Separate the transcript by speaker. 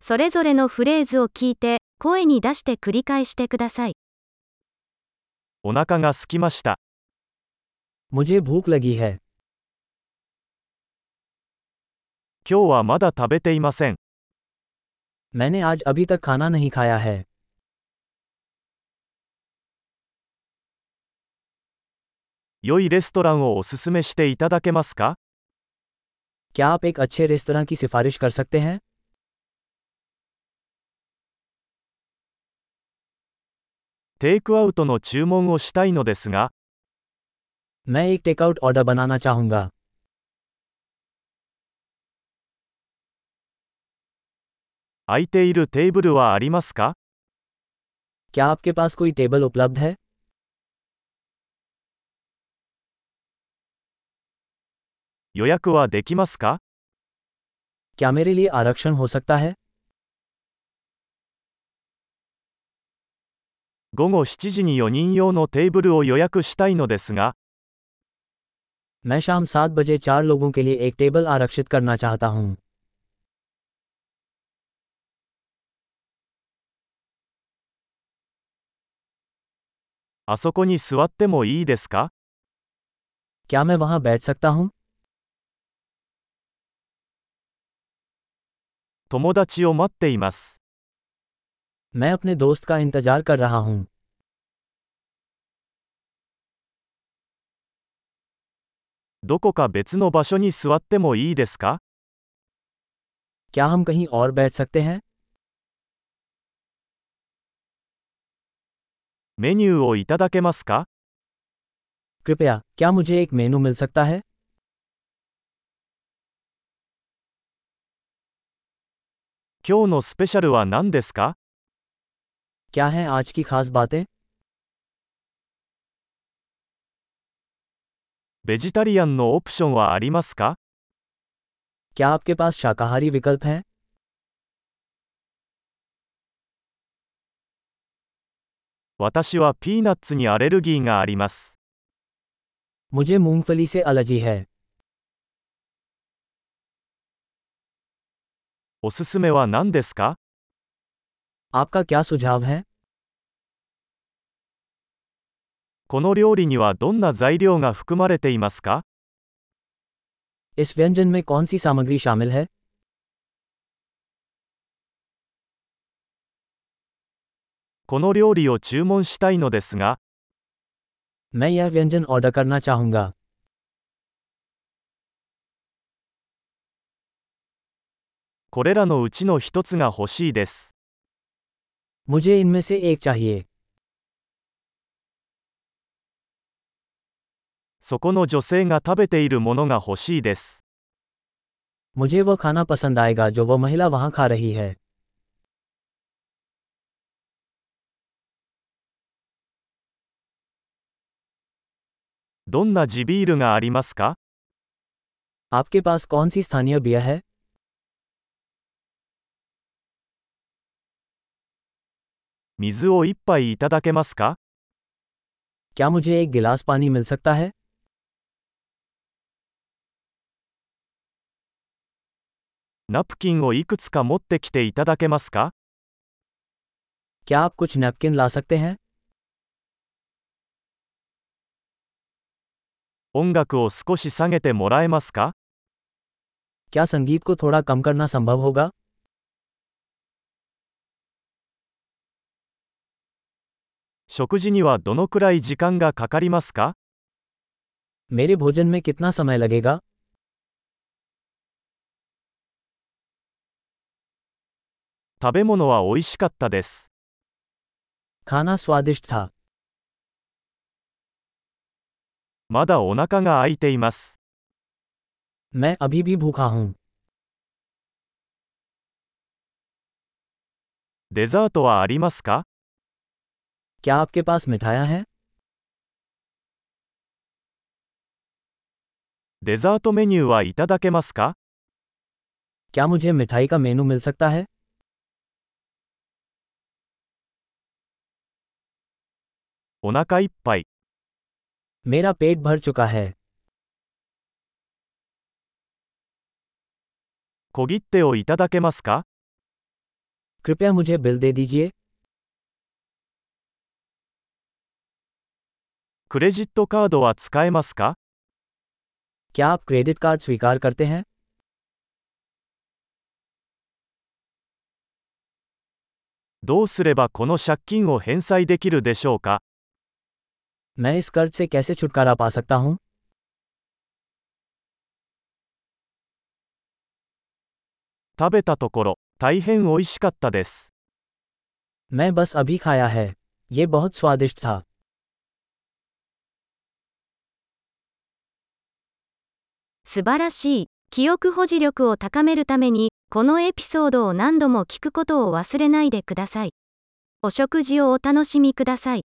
Speaker 1: それぞれのフレーズを聞いて、声に出して繰り返してください。
Speaker 2: お腹が空きました。
Speaker 3: मुझे भूख लगी है
Speaker 2: 今日はまだ食べていません。
Speaker 3: मैंने आज अभी तक खाना नहीं खाया है
Speaker 2: 良いレストランをおすすめしていただけますか
Speaker 3: क्या आप एक अच्छे रेस्तरा की सिफारिश कर सकते हैं
Speaker 2: テイクアウトの注文をしたいのですが、
Speaker 3: मैं एक टेकआउट ऑर्डर बनाना चाहूँगा
Speaker 2: 空いているテーブルはありますか
Speaker 3: क्या आपके पास कोई टेबल उपलब्ध है
Speaker 2: 予約はできますか
Speaker 3: क्या मेरे लिए आरक्षण हो सकता है
Speaker 2: 午後7時に4人用のテーブルを予約したいのですが、
Speaker 3: मैं शाम सात बजे चार लोगों के लिए एक टेबल आरक्षित करना चाहता हूँ
Speaker 2: あそこに座ってもいいですか
Speaker 3: क्या मैं वहाँ बैठ सकता हूँ
Speaker 2: 友達を待っています。
Speaker 3: मैं अपने दोस्त का इंतजार कर रहा हूँ
Speaker 2: どこか別の場所に座ってもいいですか
Speaker 3: क्या हम कहीं और बैठ सकते हैं
Speaker 2: メニューをいただけますか
Speaker 3: कृपया क्या मुझे एक मेनू मिल सकता है
Speaker 2: 今日のスペシャルは何ですか
Speaker 3: क्या हैं आज की खास बातें
Speaker 2: ベジタリアンのオプションはありますか
Speaker 3: क्या आपके पास शाकाहारी विकल्प हैं
Speaker 2: 私はピーナッツにアレルギーがあります。
Speaker 3: मुझे मूंगफली से एलर्जी है
Speaker 2: おすすめは何ですか
Speaker 3: आपका क्या सुझाव है
Speaker 2: この料理にはどんな材料が含まれていますか
Speaker 3: इस व्यंजन में कौन सी सामग्री शामिल है
Speaker 2: この料理を注文したいのですが、
Speaker 3: मैं यह व्यंजन ऑर्डर करना चाहूँगा
Speaker 2: これらのうちの一つが欲しいです。
Speaker 3: मुझे इनमें से एक चाहिए
Speaker 2: そこの女性が食べているものが欲しいです。
Speaker 3: मुझे वह खाना पसंद आएगा जो वह महिला वहाँ खा रही है
Speaker 2: どんな地ビールがありますか
Speaker 3: आपके पास कौन सी स्थानीय बियर है
Speaker 2: 水を一杯いただけますか
Speaker 3: क्या मुझे एक गिलास पानी मिल सकता है
Speaker 2: ナプキンをいくつか持ってきていただけますか
Speaker 3: क्या आप कुछ नैपकिन ला सकते हैं
Speaker 2: 音楽を少し下げてもらえますか
Speaker 3: क्या संगीत को थोड़ा कम करना संभव होगा
Speaker 2: 食事にはどのくらい時間がかかりますか
Speaker 3: मेरे भोजन में कितना समय लगेगा
Speaker 2: 食べ物は美味しかったです。
Speaker 3: खाना स्वादिष्ट था
Speaker 2: まだお腹が空いています。
Speaker 3: मैं अभी भी भूखा हूँ
Speaker 2: デザートはありますか
Speaker 3: क्या आपके पास मिठाइयाँ हैं
Speaker 2: デザートメニューはいただけますか
Speaker 3: क्या मुझे मिठाई का मेनू मिल सकता है
Speaker 2: お腹いっぱい。
Speaker 3: मेरा पेट भर चुका है
Speaker 2: 小切手をいただけますか
Speaker 3: कृपया मुझे बिल दे दीजिए
Speaker 2: クレジットカードは使えますか
Speaker 3: क्या आप क्रेडिट कार्ड स्वीकार करते हैं
Speaker 2: どうすればこの借金を返済できるでしょうか
Speaker 3: मैं इस कर्ज से कैसे छुटकारा पा सकता हूँ
Speaker 2: 食べたところ、大変美味しかったです。
Speaker 3: मैं बस अभी खाया है ये बहुत स्वादिष्ट था
Speaker 1: 素晴らしい。記憶保持力を高めるために、このエピソードを何度も聞くことを忘れないでください。お食事をお楽しみください。